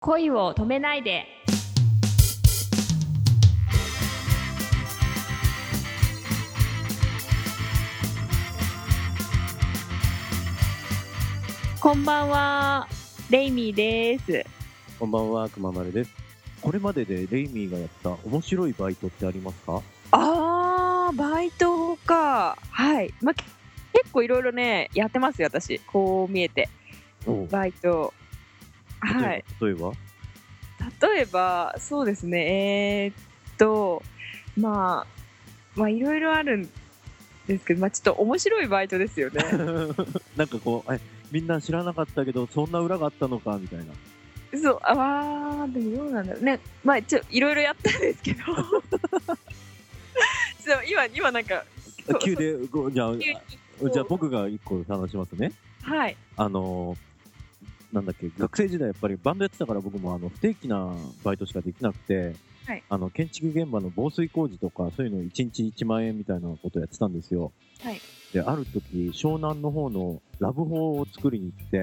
恋を止めないで。こんばんは、レイミーです。こんばんは、くままるです。これまででレイミーがやった面白いバイトってありますかあーバイトかはい、まあ、け結構いろいろねやってますよ私こう見えてバイトはい例えば 例えばそうですねえーっとまあまあいろいろあるんですけど、まあ、ちょっと面白いバイトですよね 例えばなんかこう、え、みんな知らなかったけど、そんな裏があったのか、みたいな。そうあーでもどうなんだろうねまあちょいろいろやったんです けどそう今今なんかそう急で、ごじゃあ、急にあじゃあ僕が一個話しますね。はいあのーなんだっけ学生時代やっぱりバンドやってたから僕もあの不定期なバイトしかできなくて、はいあの建築現場の防水工事とかそういうの1日1万円みたいなことやってたんですよ、はいである時湘南の方のラブホを作りに行って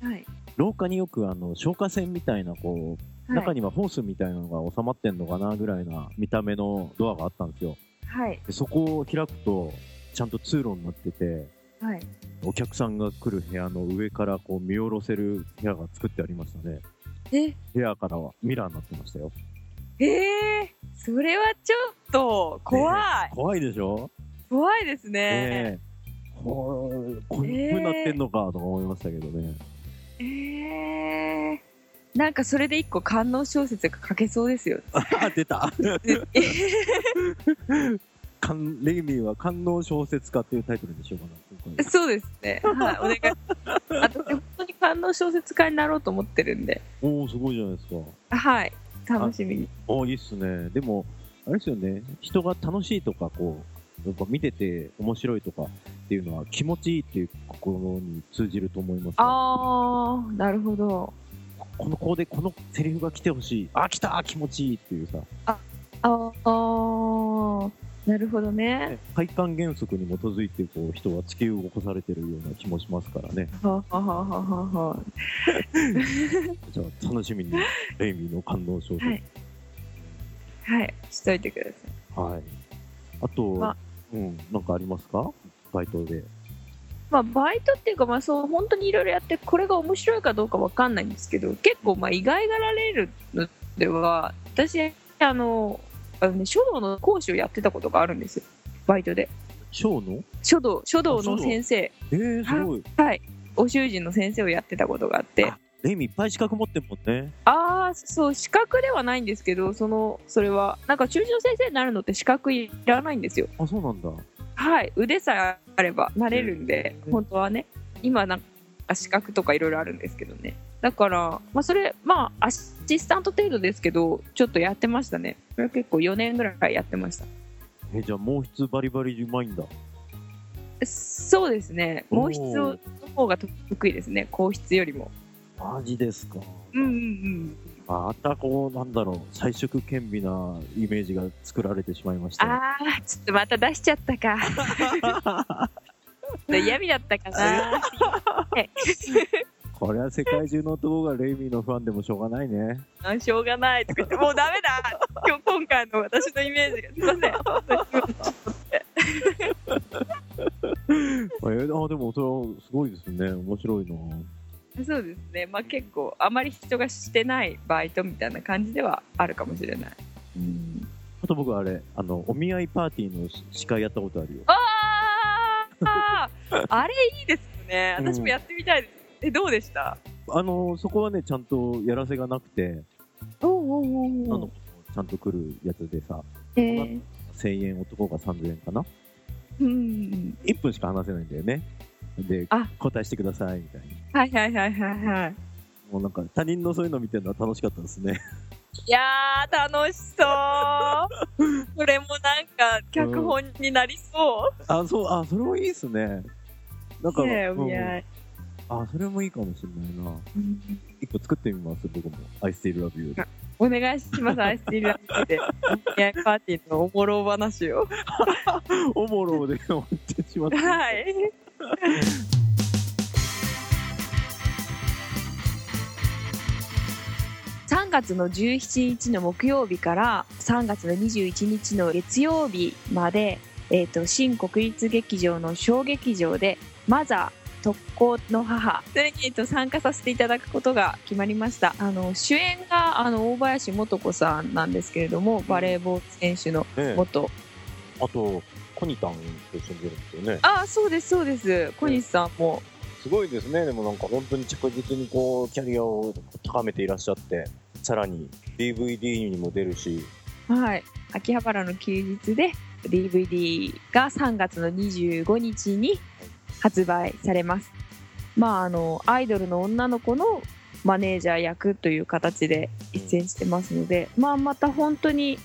はい廊下によくあの消火栓みたいなこう、は中いにはホースみたいなのが収まってんのかなぐらいな見た目のドアがあったんですよはいでそこを開くとちゃんと通路になっててはいお客さんが来る部屋の上からこう見下ろせる部屋が作ってありましたねえ部屋からはミラーになってましたよええそれはちょっと怖い、怖いでしょ怖いですね。ええほーこういう風になってんのかとか思いましたけどね、ええなんかそれで一個観音小説が書けそうですよ。あ 出たえかんレイミーは官能小説家っていうタイトルでしょうかな今え回そうですね。はい、お願い。私本当に観音小説家になろうと思ってるんで、おおすごいじゃないですかはい、楽しみに。おーいいっすねでもあれですよね人が楽しいとかこうやっぱ見てて面白いとかっていうのは気持ちいいっていう心に通じると思います、ああ、なるほど。この子でこのセリフが来てほしいあ来た気持ちいいっていうさああ、なるほどね。体感原則に基づいてこう人は突き動かされてるような気もしますからねはははははは。じゃあ楽 しみにレイミーの感動小説はいはい、しといてください。はい、あと、まあうんなんかありますかバイトでまあ、バイトっていうか、まあ、そう本当にいろいろやってこれが面白いかどうかわかんないんですけど結構まあ意外がられるのでは私あのあの、ね、書道の講師をやってたことがあるんですよバイトでショーの書道書道あ書の道先生えー、すごいはいお習字の先生をやってたことがあってあレイミーいっぱい資格持ってるもんねああそう資格ではないんですけどそのそれはなんか習字の先生になるのって資格いらないんですよあそうなんだはい腕さえあればなれるんで、うん本当はね今なんか資格とかいろいろあるんですけどねだから、まあ、それまあアシスタント程度ですけどちょっとやってましたねそれは結構4年ぐらいやってましたえじゃあ毛筆バリバリうまいんだそうですねお毛ー筆の方が得意ですね硬筆よりもマジですかうんうんうんまたこうなんだろう彩色顕微なイメージが作られてしまいましたねあーちょっとまた出しちゃった か闇だった かなこれは世界中の男がレイミーのファンでもしょうがないね。あしょうがないとか言 ってもうダメだ今日今回の私のイメージがすいません本当にえー、あでもそれはすごいですね。面白いな。 そうですね、まあ、結構あまり人がしてないバイトみたいな感じではあるかもしれない。うん、あと僕あれ、あの、お見合いパーティーの司会やったことあるよ。ああ あれいいですねうん私もやってみたいです。えどうでしたあの、そこはね、ちゃんとやらせがなくて、おおおあの、ちゃんと来るやつでさ、えー1000円男が3000円かなうん、 ?1 分しか話せないんだよね。であ、答えしてください、みたいな。はいはいはいはいはい。もうなんか他人のそういうの見てるのは楽しかったですね。いやー楽しそう それもなんか脚本になりそあ、そう、あ、それもいいですね。なんう。か、ねえうんお見合いあ、それもいいかもしれないな。一個作ってみます、僕も。I still love you. お願いします、アイスティーランで。お見合いパーティーのおもろお話を。おもろで終わってしまった。はい。 3月の17日の木曜日から3月の21日の月曜日まで、えー、と新国立劇場の小劇場で「マザー特攻の母」それに、えーと参加させていただくことが決まりましたあの主演があの大林素子さんなんですけれどもバレーボール選手のね元あと、コニタンと一緒に出るんですよね。ああそうですそうです小西さんも、すごいですね。でもなんか本当に着実にこう、キャリアを高めていらっしゃって、さらに DVD にも出るし、はい秋葉原の休日で DVD が3月の25日に発売されますまああのアイドルの女の子のマネージャー役という形で出演してますので、まあまた本当に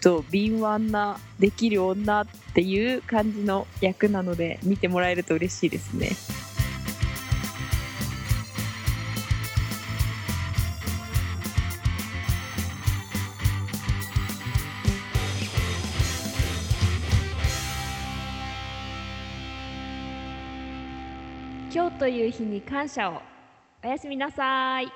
ちょっと敏腕なできる女っていう感じの役なので見てもらえると嬉しいですね今日という日に感謝をおやすみなさい